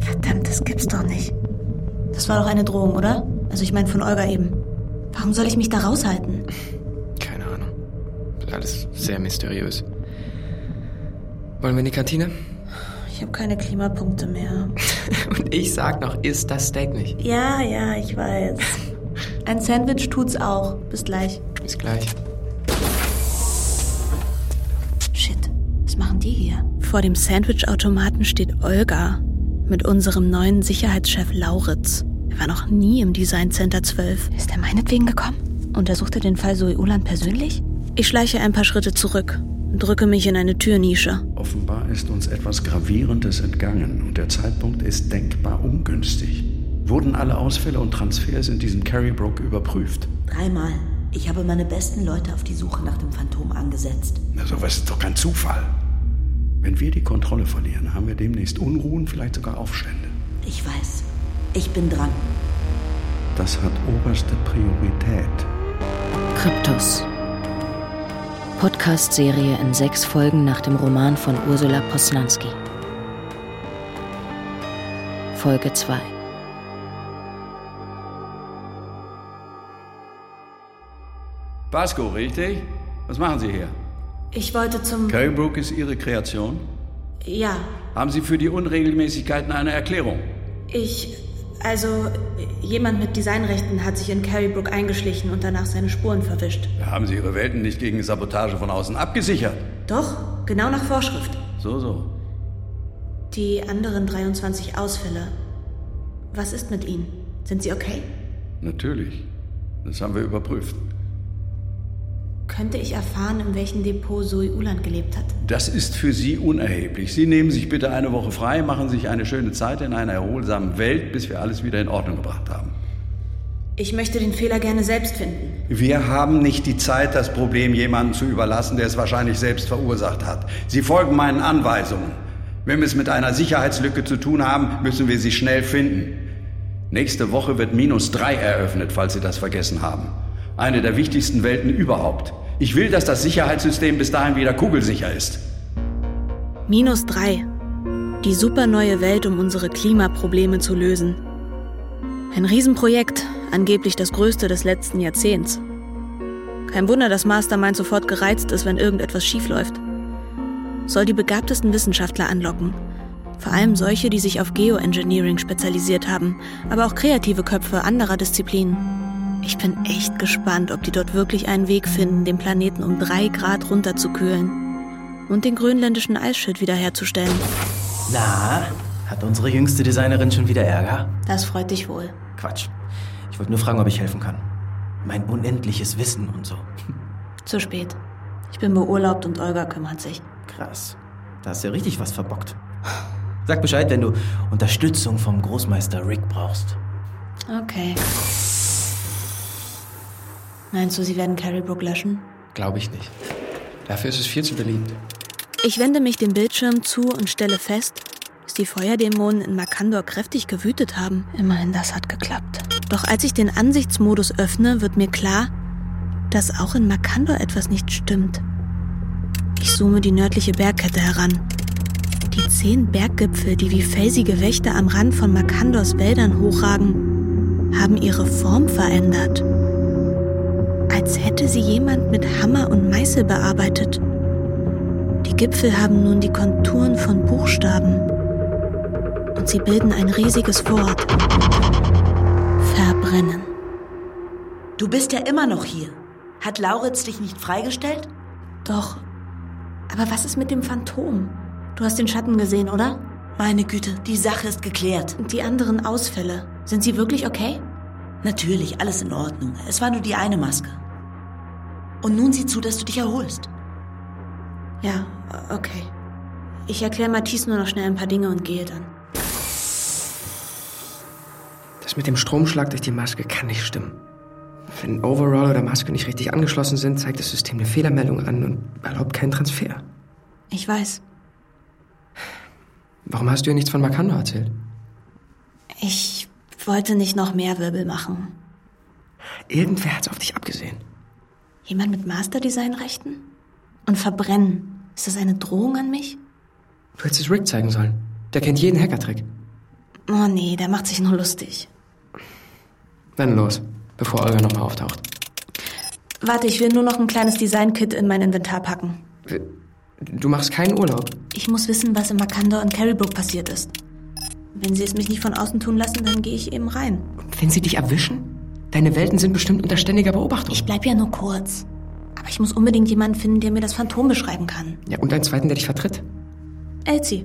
Verdammt, das gibt's doch nicht. Das war doch eine Drohung, oder? Also ich meine von Olga eben. Warum soll ich mich da raushalten? Keine Ahnung. Alles sehr mysteriös. Wollen wir in die Kantine? Ich habe keine Klimapunkte mehr. Und ich sag noch, isst das Steak nicht. Ja, ja, ich weiß. Ein Sandwich tut's auch. Bis gleich. Bis gleich. Shit, was machen die hier? Vor dem Sandwichautomaten steht Olga mit unserem neuen Sicherheitschef Lauritz. Er war noch nie im Design Center 12. Ist er meinetwegen gekommen? Untersucht er den Fall Zoe Uland persönlich? Ich schleiche ein paar Schritte zurück und drücke mich in eine Türnische. Offenbar ist uns etwas Gravierendes entgangen und der Zeitpunkt ist denkbar ungünstig. Wurden alle Ausfälle und Transfers in diesem Carrybrook überprüft? Dreimal. Ich habe meine besten Leute auf die Suche nach dem Phantom angesetzt. Na, sowas ist doch kein Zufall. Wenn wir die Kontrolle verlieren, haben wir demnächst Unruhen, vielleicht sogar Aufstände. Ich weiß. Ich bin dran. Das hat oberste Priorität. Kryptos. Podcast-Serie in sechs Folgen nach dem Roman von Ursula Posnanski. Folge 2. Basco, richtig? Was machen Sie hier? Ich wollte zum. Carrybrook ist Ihre Kreation. Ja, Haben Sie für die Unregelmäßigkeiten eine Erklärung? ich. Also, jemand mit Designrechten hat sich in Carrybrook eingeschlichen und danach seine Spuren verwischt. Haben Sie Ihre Welten nicht gegen Sabotage von außen abgesichert? Doch, genau nach Vorschrift. So, so. Die anderen 23 Ausfälle. Was ist mit ihnen? Sind sie okay? Natürlich. Das haben wir überprüft. Könnte ich erfahren, in welchem Depot Zoe Uland gelebt hat? Das ist für Sie unerheblich. Sie nehmen sich bitte eine Woche frei, machen sich eine schöne Zeit in einer erholsamen Welt, bis wir alles wieder in Ordnung gebracht haben. Ich möchte den Fehler gerne selbst finden. Wir haben nicht die Zeit, das Problem jemandem zu überlassen, der es wahrscheinlich selbst verursacht hat. Sie folgen meinen Anweisungen. Wenn wir es mit einer Sicherheitslücke zu tun haben, müssen wir sie schnell finden. Nächste Woche wird Minus 3 eröffnet, falls Sie das vergessen haben. Eine der wichtigsten Welten überhaupt. Ich will, dass das Sicherheitssystem bis dahin wieder kugelsicher ist. Minus drei. Die super neue Welt, um unsere Klimaprobleme zu lösen. Ein Riesenprojekt, angeblich das größte des letzten Jahrzehnts. Kein Wunder, dass Mastermind sofort gereizt ist, wenn irgendetwas schiefläuft. Soll die begabtesten Wissenschaftler anlocken. Vor allem solche, die sich auf Geoengineering spezialisiert haben, aber auch kreative Köpfe anderer Disziplinen. Ich bin echt gespannt, ob die dort wirklich einen Weg finden, den Planeten um drei Grad runterzukühlen und den grönländischen Eisschild wiederherzustellen. Na, hat unsere jüngste Designerin schon wieder Ärger? Das freut dich wohl. Quatsch. Ich wollte nur fragen, ob ich helfen kann. Mein unendliches Wissen und so. Zu spät. Ich bin beurlaubt und Olga kümmert sich. Krass. Da hast du ja richtig was verbockt. Sag Bescheid, wenn du Unterstützung vom Großmeister Rick brauchst. Okay. Meinst du, sie werden Carrybrook löschen? Glaube ich nicht. Dafür ist es viel zu beliebt. Ich wende mich dem Bildschirm zu und stelle fest, dass die Feuerdämonen in Makandor kräftig gewütet haben. Immerhin, das hat geklappt. Doch als ich den Ansichtsmodus öffne, wird mir klar, dass auch in Makandor etwas nicht stimmt. Ich zoome die nördliche Bergkette heran. Die zehn Berggipfel, die wie felsige Wächter am Rand von Makandors Wäldern hochragen, haben ihre Form verändert. Als hätte sie jemand mit Hammer und Meißel bearbeitet. Die Gipfel haben nun die Konturen von Buchstaben und sie bilden ein riesiges Wort. Verbrennen. Du bist ja immer noch hier. Hat Lauritz dich nicht freigestellt? Doch. Aber was ist mit dem Phantom? Du hast den Schatten gesehen, oder? Meine Güte, die Sache ist geklärt. Und die anderen Ausfälle. Sind sie wirklich okay? Natürlich, alles in Ordnung. Es war nur die eine Maske. Und nun sieh zu, dass du dich erholst. Ja, o- okay. Ich erkläre Matisse nur noch schnell ein paar Dinge und gehe dann. Das mit dem Stromschlag durch die Maske kann nicht stimmen. Wenn Overall oder Maske nicht richtig angeschlossen sind, zeigt das System eine Fehlermeldung an und erlaubt keinen Transfer. Ich weiß. Warum hast du ihr nichts von Marcando erzählt? Ich wollte nicht noch mehr Wirbel machen. Irgendwer hat's auf dich abgesehen. Jemand mit Masterdesign-Rechten? Und verbrennen. Ist das eine Drohung an mich? Du hättest es Rick zeigen sollen. Der kennt jeden Hackertrick. Oh nee, der macht sich nur lustig. Dann los, bevor Olga nochmal auftaucht. Warte, ich will nur noch ein kleines Design-Kit in mein Inventar packen. Du machst keinen Urlaub. Ich muss wissen, was in Makandor und Carrybrook passiert ist. Wenn sie es mich nicht von außen tun lassen, dann gehe ich eben rein. Wenn sie dich erwischen? Deine Welten sind bestimmt unter ständiger Beobachtung. Ich bleib ja nur kurz. Aber ich muss unbedingt jemanden finden, der mir das Phantom beschreiben kann. Ja, und einen zweiten, der dich vertritt. Elsie,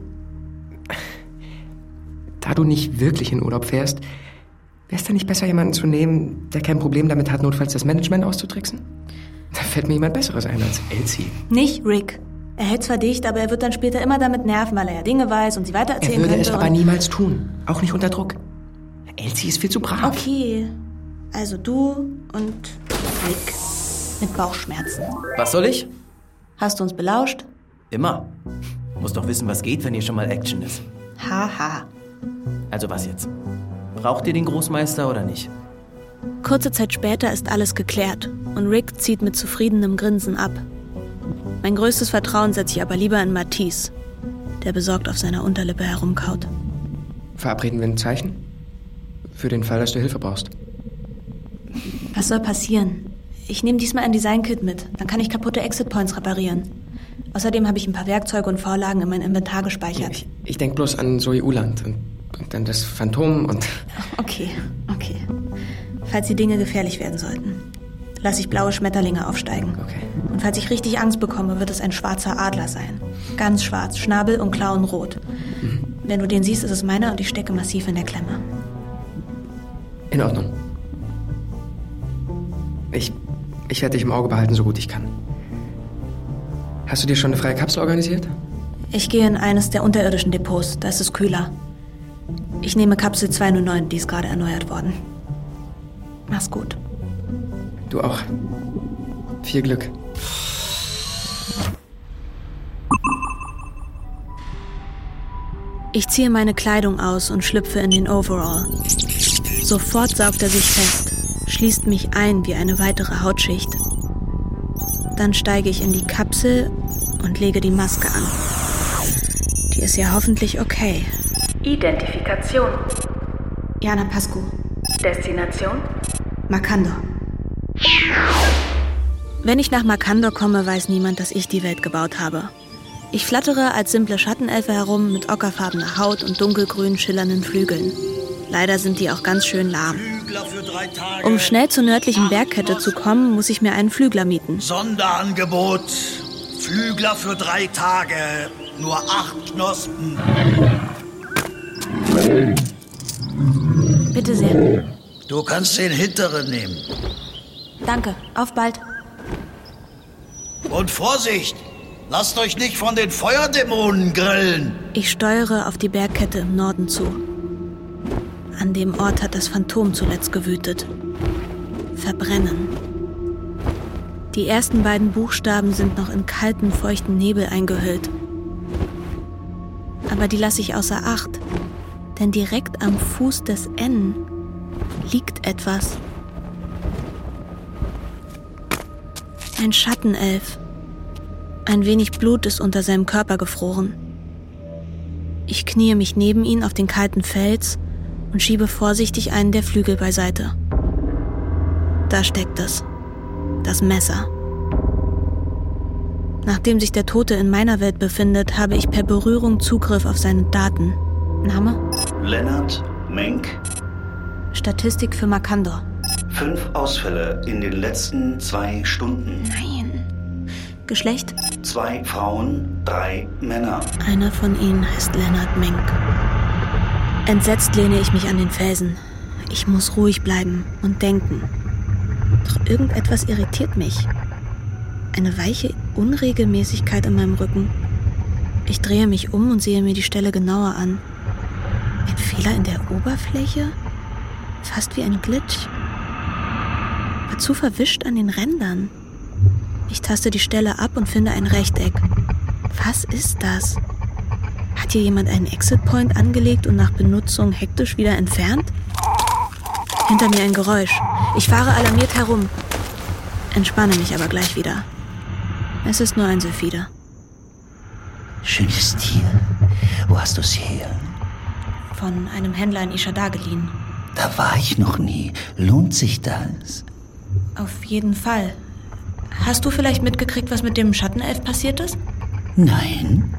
Da du nicht wirklich in Urlaub fährst, wär's dann nicht besser, jemanden zu nehmen, der kein Problem damit hat, notfalls das Management auszutricksen? Da fällt mir jemand Besseres ein als Elsie. nicht Rick. Er hält zwar dicht, aber er wird dann später immer damit nerven, weil er ja Dinge weiß und sie Er weitererzählen würde es könnte. aber und- niemals tun. Auch nicht unter Druck. Elsie ist viel zu brav. Okay, also du und Rick mit Bauchschmerzen. Was soll ich? Hast du uns belauscht? Immer. Muss doch wissen, was geht, wenn hier schon mal Action ist. Haha. Ha. Also was jetzt? Braucht ihr den Großmeister oder nicht? Kurze Zeit später ist alles geklärt und Rick zieht mit zufriedenem Grinsen ab. Mein größtes Vertrauen setze ich aber lieber in Matisse, der besorgt auf seiner Unterlippe herumkaut. Verabreden wir ein Zeichen? Für den Fall, dass du Hilfe brauchst. Was soll passieren? Ich nehme diesmal ein Design-Kit mit. Dann kann ich kaputte Exit-Points reparieren. Außerdem habe ich ein paar Werkzeuge und Vorlagen in mein Inventar gespeichert. Ich, ich denke bloß an Zoe Uland und, und an das Phantom und... Okay, okay. Falls die Dinge gefährlich werden sollten, lasse ich blaue Schmetterlinge aufsteigen. Okay. Und falls ich richtig Angst bekomme, wird es ein schwarzer Adler sein. Ganz schwarz, Schnabel und Klauen rot. Wenn du den siehst, ist es meiner und ich stecke massiv in der Klemme. In Ordnung. Ich, ich werde dich im Auge behalten, so gut ich kann. Hast du dir schon eine freie Kapsel organisiert? Ich gehe in eines der unterirdischen Depots, da ist es kühler. Ich nehme Kapsel 209, die ist gerade erneuert worden. Mach's gut. Du auch. Viel Glück. Ich ziehe meine Kleidung aus und schlüpfe in den Overall. Sofort saugt er sich fest, schließt mich ein wie eine weitere Hautschicht. Dann steige ich in die Kapsel und lege die Maske an. Die ist ja hoffentlich okay. Identifikation. Jana Pascu, Destination. Makando. Wenn ich nach Makandor komme, weiß niemand, dass ich die Welt gebaut habe. Ich flattere als simple Schattenelfe herum mit ockerfarbener Haut und dunkelgrün schillernden Flügeln. Leider sind die auch ganz schön lahm. Um schnell zur nördlichen Bergkette zu kommen, muss ich mir einen Flügler mieten. Sonderangebot. Flügler für drei Tage. Nur acht Knospen. Bitte sehr. Du kannst den hinteren nehmen. Danke, auf bald. Und Vorsicht! Lasst euch nicht von den Feuerdämonen grillen. Ich steuere auf die Bergkette im Norden zu. An dem Ort hat das Phantom zuletzt gewütet. Verbrennen. Die ersten beiden Buchstaben sind noch in kalten, feuchten Nebel eingehüllt. Aber die lasse ich außer Acht, denn direkt am Fuß des N liegt etwas. Ein Schattenelf. Ein wenig Blut ist unter seinem Körper gefroren. Ich kniee mich neben ihn auf den kalten Fels und schiebe vorsichtig einen der Flügel beiseite. Da steckt es. Das Messer. Nachdem sich der Tote in meiner Welt befindet, habe ich per Berührung Zugriff auf seine Daten. Name? Lennart Menk, Statistik für Makandor. fünf Ausfälle in den letzten zwei Stunden. Nein. Geschlecht? Zwei Frauen, drei Männer. Einer von ihnen heißt Lennart Menk. Entsetzt lehne ich mich an den Felsen. Ich muss ruhig bleiben und denken. Doch irgendetwas irritiert mich. Eine weiche Unregelmäßigkeit in meinem Rücken. Ich drehe mich um und sehe mir die Stelle genauer an. Ein Fehler in der Oberfläche? Fast wie ein Glitch. Aber zu verwischt an den Rändern. Ich taste die Stelle ab und finde ein Rechteck. Was ist das? Hat hier jemand einen Exit-Point angelegt und nach Benutzung hektisch wieder entfernt? Hinter mir ein Geräusch. Ich fahre alarmiert herum. Entspanne mich aber gleich wieder. Es ist nur ein Sulfide. Schönes Tier. Wo hast du es her? Von einem Händler in Ishadar geliehen. Da war ich noch nie. Lohnt sich das? Auf jeden Fall. Hast du vielleicht mitgekriegt, was mit dem Schattenelf passiert ist? Nein.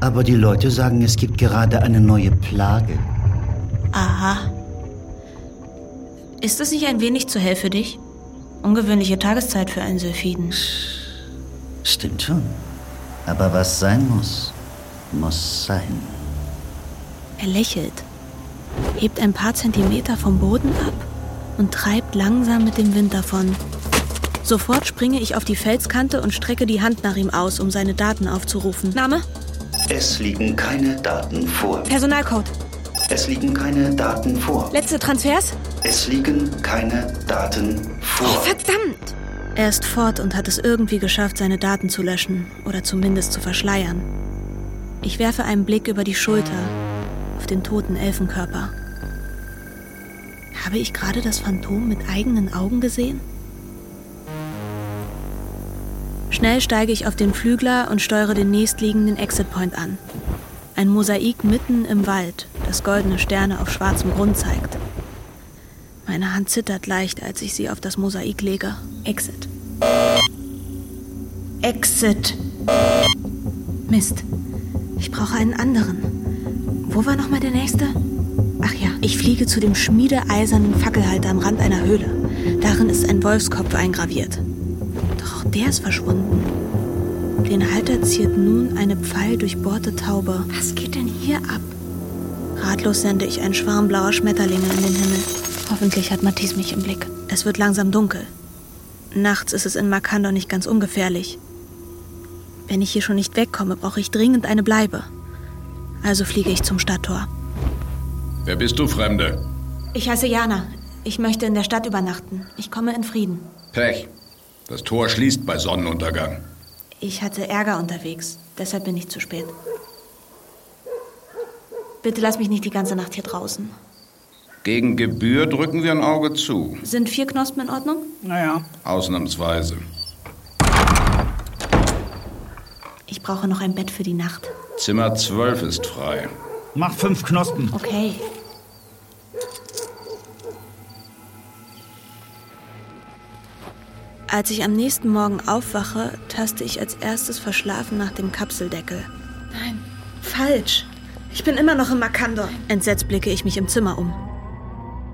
Aber die Leute sagen, es gibt gerade eine neue Plage. Aha. Ist es nicht ein wenig zu hell für dich? Ungewöhnliche Tageszeit für einen Sylphiden. Stimmt schon. Aber was sein muss, muss sein. Er lächelt, hebt ein paar Zentimeter vom Boden ab und treibt langsam mit dem Wind davon. Sofort springe ich auf die Felskante und strecke die Hand nach ihm aus, um seine Daten aufzurufen. Name? Es liegen keine Daten vor. Personalcode. Es liegen keine Daten vor. Letzte Transfers? Es liegen keine Daten vor. Oh, verdammt! Er ist fort und hat es irgendwie geschafft, seine Daten zu löschen oder zumindest zu verschleiern. Ich werfe einen Blick über die Schulter auf den toten Elfenkörper. Habe ich gerade das Phantom mit eigenen Augen gesehen? Schnell steige ich auf den Flügler und steuere den nächstliegenden Exit Point an. Ein Mosaik mitten im Wald, das goldene Sterne auf schwarzem Grund zeigt. Meine Hand zittert leicht, als ich sie auf das Mosaik lege. Exit. Exit. Mist. Ich brauche einen anderen. Wo war nochmal der nächste? Ach ja, ich fliege zu dem schmiedeeisernen Fackelhalter am Rand einer Höhle. Darin ist ein Wolfskopf eingraviert. Doch auch der ist verschwunden. Den Halter ziert nun eine pfeildurchbohrte Taube. Was geht denn hier ab? Ratlos sende ich einen Schwarm blauer Schmetterlinge in den Himmel. Hoffentlich hat Matisse mich im Blick. Es wird langsam dunkel. Nachts ist es in Makando nicht ganz ungefährlich. Wenn ich hier schon nicht wegkomme, brauche ich dringend eine Bleibe. Also fliege ich zum Stadttor. Wer bist du, Fremde? Ich heiße Jana. Ich möchte in der Stadt übernachten. Ich komme in Frieden. Pech. Das Tor schließt bei Sonnenuntergang. Ich hatte Ärger unterwegs. Deshalb bin ich zu spät. Bitte lass mich nicht die ganze Nacht hier draußen. Gegen Gebühr drücken wir ein Auge zu. Sind vier Knospen in Ordnung? Naja. Ausnahmsweise. Ich brauche noch ein Bett für die Nacht. Zimmer 12 ist frei. Mach fünf Knospen. Okay. Als ich am nächsten Morgen aufwache, taste ich als erstes verschlafen nach dem Kapseldeckel. Nein, falsch. Ich bin immer noch in Makando. Entsetzt blicke ich mich im Zimmer um.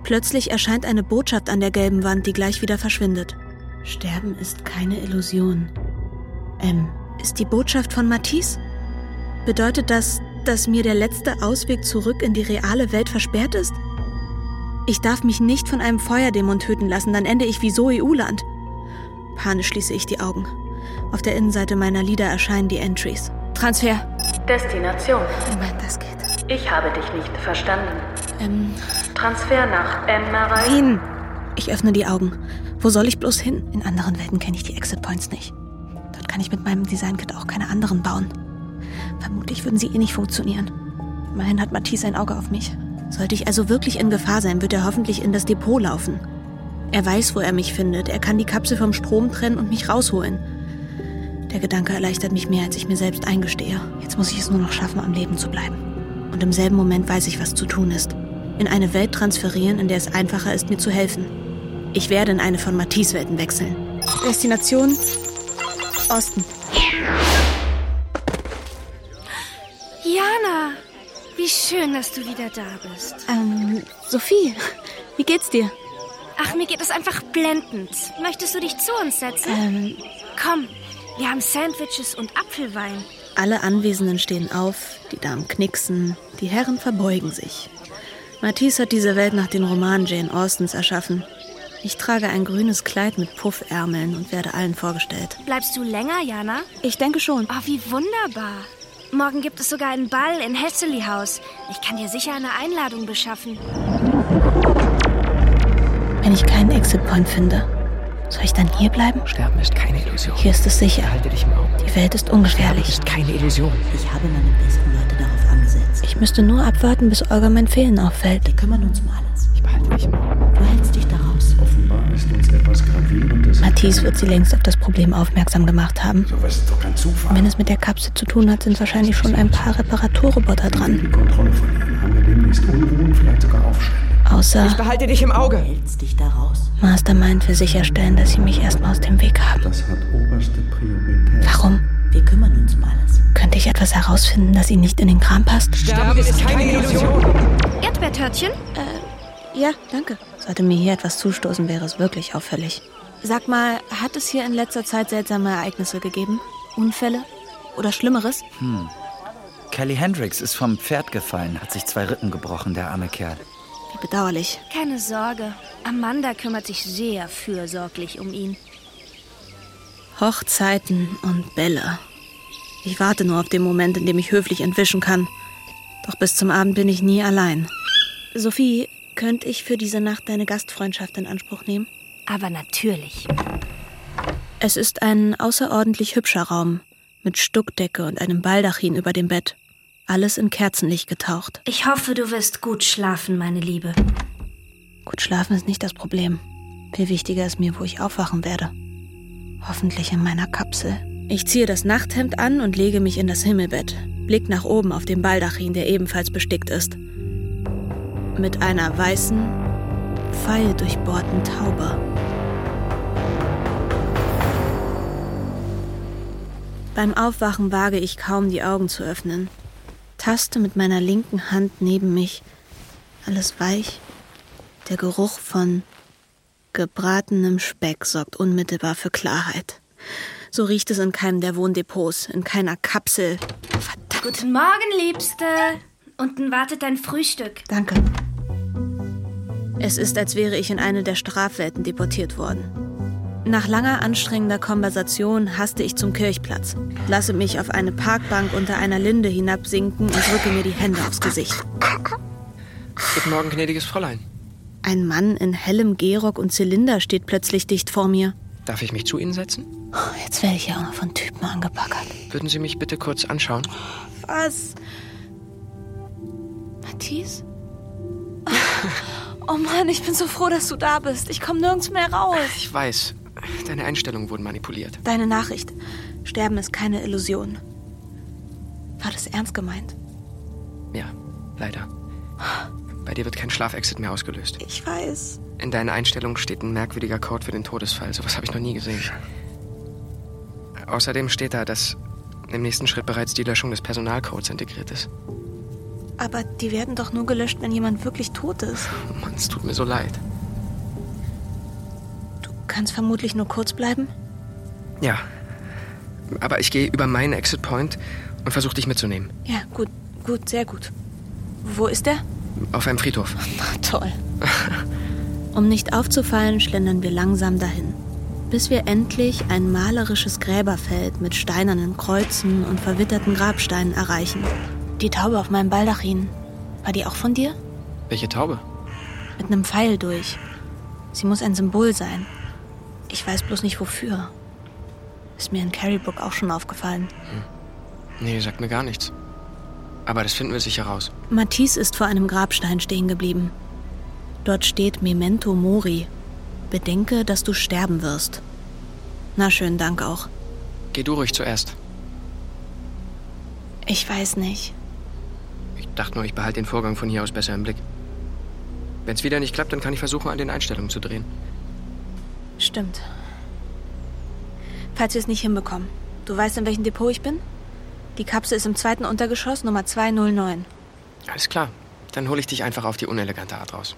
Plötzlich erscheint eine Botschaft an der gelben Wand, die gleich wieder verschwindet. Sterben ist keine Illusion. M. Ist die Botschaft von Matisse? Bedeutet das, dass mir der letzte Ausweg zurück in die reale Welt versperrt ist? Ich darf mich nicht von einem Feuerdämon töten lassen, dann ende ich wie Zoe Uland. Panisch schließe ich die Augen. Auf der Innenseite meiner Lieder erscheinen die Entries. Transfer. Destination. Moment, das geht. Ich habe dich nicht verstanden. Ähm. Transfer nach Enmarei. Nein! Ich öffne die Augen. Wo soll ich bloß hin? In anderen Welten kenne ich die Exit Points nicht. Dort kann ich mit meinem Design-Kit auch keine anderen bauen. Vermutlich würden sie eh nicht funktionieren. Immerhin hat Matisse ein Auge auf mich. Sollte ich also wirklich in Gefahr sein, wird er hoffentlich in das Depot laufen. Er weiß, wo er mich findet. Er kann die Kapsel vom Strom trennen und mich rausholen. Der Gedanke erleichtert mich mehr, als ich mir selbst eingestehe. Jetzt muss ich es nur noch schaffen, am Leben zu bleiben. Und im selben Moment weiß ich, was zu tun ist in eine Welt transferieren, in der es einfacher ist, mir zu helfen. Ich werde in eine von Matisse Welten wechseln. Destination Osten. Jana, wie schön, dass du wieder da bist. Ähm, Sophie, wie geht's dir? Ach, mir geht es einfach blendend. Möchtest du dich zu uns setzen? Ähm, komm, wir haben Sandwiches und Apfelwein. Alle Anwesenden stehen auf, die Damen knicksen, die Herren verbeugen sich. Matisse hat diese Welt nach den Romanen Jane Austens erschaffen. Ich trage ein grünes Kleid mit Puffärmeln und werde allen vorgestellt. Bleibst du länger, Jana? Ich denke schon. Oh, wie wunderbar. Morgen gibt es sogar einen Ball in Hessely House. Ich kann dir sicher eine Einladung beschaffen. Wenn ich keinen Exit Point finde, soll ich dann hier bleiben? Sterben ist keine Illusion. Hier ist es sicher. Halte dich im Auge. Die Welt ist ungefährlich. Sterben ist keine Illusion. Ich habe meine besten Leute darauf angesetzt. Ich müsste nur abwarten, bis Olga mein Fehlen auffällt. Wir kümmern uns um alles. Ich behalte dich im Auge. Du hältst dich daraus. Offenbar ist uns etwas Gravierendes. Matisse wird sie längst auf das Problem aufmerksam gemacht haben. Sowas ist doch kein Zufall. Wenn es mit der Kapsel zu tun hat, sind wahrscheinlich schon ein paar Reparaturroboter dran. Die Kontrolle von ihnen haben wir demnächst Unruhen, vielleicht sogar Aufstände. Außer. Ich behalte dich im Auge. Hältst dich daraus. Mastermind will sicherstellen, dass sie mich erstmal aus dem Weg haben. Das hat oberste Priorität. Warum? Wir kümmern uns um alles. Könnte ich etwas herausfinden, das ihnen nicht in den Kram passt? Sterben ist keine Illusion. Erdbeertörtchen? Äh, ja, danke. Sollte mir hier etwas zustoßen, wäre es wirklich auffällig. Sag mal, hat es hier in letzter Zeit seltsame Ereignisse gegeben? Unfälle? Oder Schlimmeres? Hm. Kelly Hendricks ist vom Pferd gefallen, hat sich zwei Rippen gebrochen, der arme Kerl. Wie bedauerlich. Keine Sorge. Amanda kümmert sich sehr fürsorglich um ihn. Hochzeiten und Bälle. Ich warte nur auf den Moment, in dem ich höflich entwischen kann. Doch bis zum Abend bin ich nie allein. Sophie, könnte ich für diese Nacht deine Gastfreundschaft in Anspruch nehmen? Aber natürlich. Es ist ein außerordentlich hübscher Raum mit Stuckdecke und einem Baldachin über dem Bett. Alles in Kerzenlicht getaucht. Ich hoffe, du wirst gut schlafen, meine Liebe. Gut schlafen ist nicht das Problem. Viel wichtiger ist mir, wo ich aufwachen werde. Hoffentlich in meiner Kapsel. Ich ziehe das Nachthemd an und lege mich in das Himmelbett. Blick nach oben auf den Baldachin, der ebenfalls bestickt ist. Mit einer weißen, pfeildurchbohrten Taube. Beim Aufwachen wage ich kaum, die Augen zu öffnen. Taste mit meiner linken Hand neben mich. Alles weich. Der Geruch von gebratenem Speck sorgt unmittelbar für Klarheit. So riecht es in keinem der Wohndepots, in keiner Kapsel. Verdammt. Guten Morgen, Liebste. Unten wartet dein Frühstück. Danke. Es ist, als wäre ich in eine der Strafwelten deportiert worden. Nach langer anstrengender Konversation haste ich zum Kirchplatz, lasse mich auf eine Parkbank unter einer Linde hinabsinken und drücke mir die Hände aufs Gesicht. Guten Morgen, gnädiges Fräulein. Ein Mann in hellem Gehrock und Zylinder steht plötzlich dicht vor mir. Darf ich mich zu Ihnen setzen? Oh, jetzt werde ich ja auch noch von Typen angepackert. Würden Sie mich bitte kurz anschauen? Was? Matthias? Oh Mann, ich bin so froh, dass du da bist. Ich komme nirgends mehr raus. Ich weiß, Deine Einstellungen wurden manipuliert. Deine Nachricht. Sterben ist keine Illusion. War das ernst gemeint? Ja, leider. Bei dir wird kein Schlafexit mehr ausgelöst. Ich weiß. In deinen Einstellungen steht ein merkwürdiger Code für den Todesfall. Sowas habe ich noch nie gesehen. Außerdem steht da, dass im nächsten Schritt bereits die Löschung des Personalcodes integriert ist. Aber die werden doch nur gelöscht, wenn jemand wirklich tot ist. Oh Mann, es tut mir so leid kannst vermutlich nur kurz bleiben? Ja. Aber ich gehe über meinen Exit Point und versuche dich mitzunehmen. Ja, gut, gut, sehr gut. Wo ist er? Auf einem Friedhof. Na toll. um nicht aufzufallen, schlendern wir langsam dahin. Bis wir endlich ein malerisches Gräberfeld mit steinernen Kreuzen und verwitterten Grabsteinen erreichen. Die Taube auf meinem Baldachin. War die auch von dir? Welche Taube? Mit einem Pfeil durch. Sie muss ein Symbol sein. Ich weiß bloß nicht wofür. Ist mir in Carrybrook auch schon aufgefallen. Hm. Nee, sagt mir gar nichts. Aber das finden wir sicher raus. Matisse ist vor einem Grabstein stehen geblieben. Dort steht Memento Mori. Bedenke, dass du sterben wirst. Na schön, Dank auch. Geh du ruhig zuerst. Ich weiß nicht. Ich dachte nur, ich behalte den Vorgang von hier aus besser im Blick. Wenn es wieder nicht klappt, dann kann ich versuchen, an den Einstellungen zu drehen. Stimmt. Falls wir es nicht hinbekommen, du weißt, in welchem Depot ich bin? Die Kapsel ist im zweiten Untergeschoss, Nummer 209. Alles klar. Dann hole ich dich einfach auf die unelegante Art raus.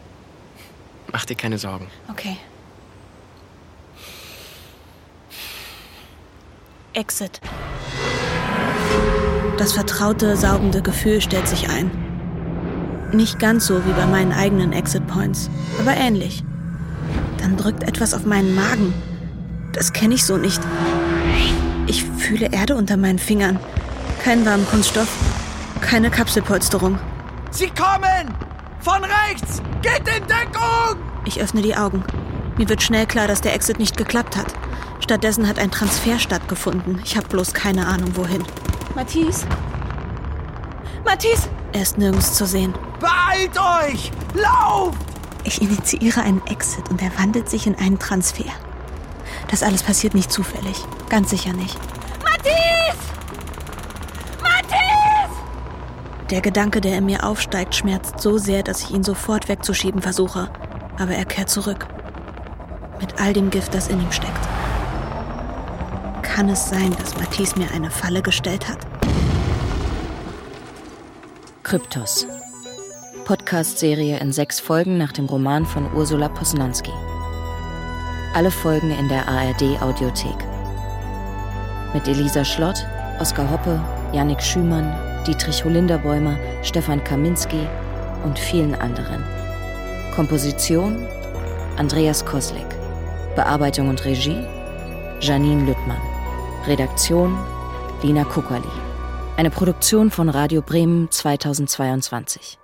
Mach dir keine Sorgen. Okay. Exit. Das vertraute, saugende Gefühl stellt sich ein. Nicht ganz so wie bei meinen eigenen Exit Points, aber ähnlich. Dann drückt etwas auf meinen Magen. Das kenne ich so nicht. Ich fühle Erde unter meinen Fingern. Kein warmen Kunststoff, keine Kapselpolsterung. Sie kommen! Von rechts! Geht in Deckung! Ich öffne die Augen. Mir wird schnell klar, dass der Exit nicht geklappt hat. Stattdessen hat ein Transfer stattgefunden. Ich habe bloß keine Ahnung, wohin. Matthias? Matthias! Er ist nirgends zu sehen. Beeilt euch! Lauft! Ich initiiere einen Exit und er wandelt sich in einen Transfer. Das alles passiert nicht zufällig. Ganz sicher nicht. Matthias! Matthias! Der Gedanke, der in mir aufsteigt, schmerzt so sehr, dass ich ihn sofort wegzuschieben versuche. Aber er kehrt zurück. Mit all dem Gift, das in ihm steckt. Kann es sein, dass Matisse mir eine Falle gestellt hat? Kryptos. Podcast-Serie in sechs Folgen nach dem Roman von Ursula Posnanski. Alle Folgen in der ARD-Audiothek. Mit Elisa Schlott, Oskar Hoppe, Jannik Schümann, Dietrich Holinderbäumer, Stefan Kaminski und vielen anderen. Komposition Andreas Koslik. Bearbeitung und Regie Janine Lüttmann. Redaktion Lina Kuckerli. Eine Produktion von Radio Bremen 2022.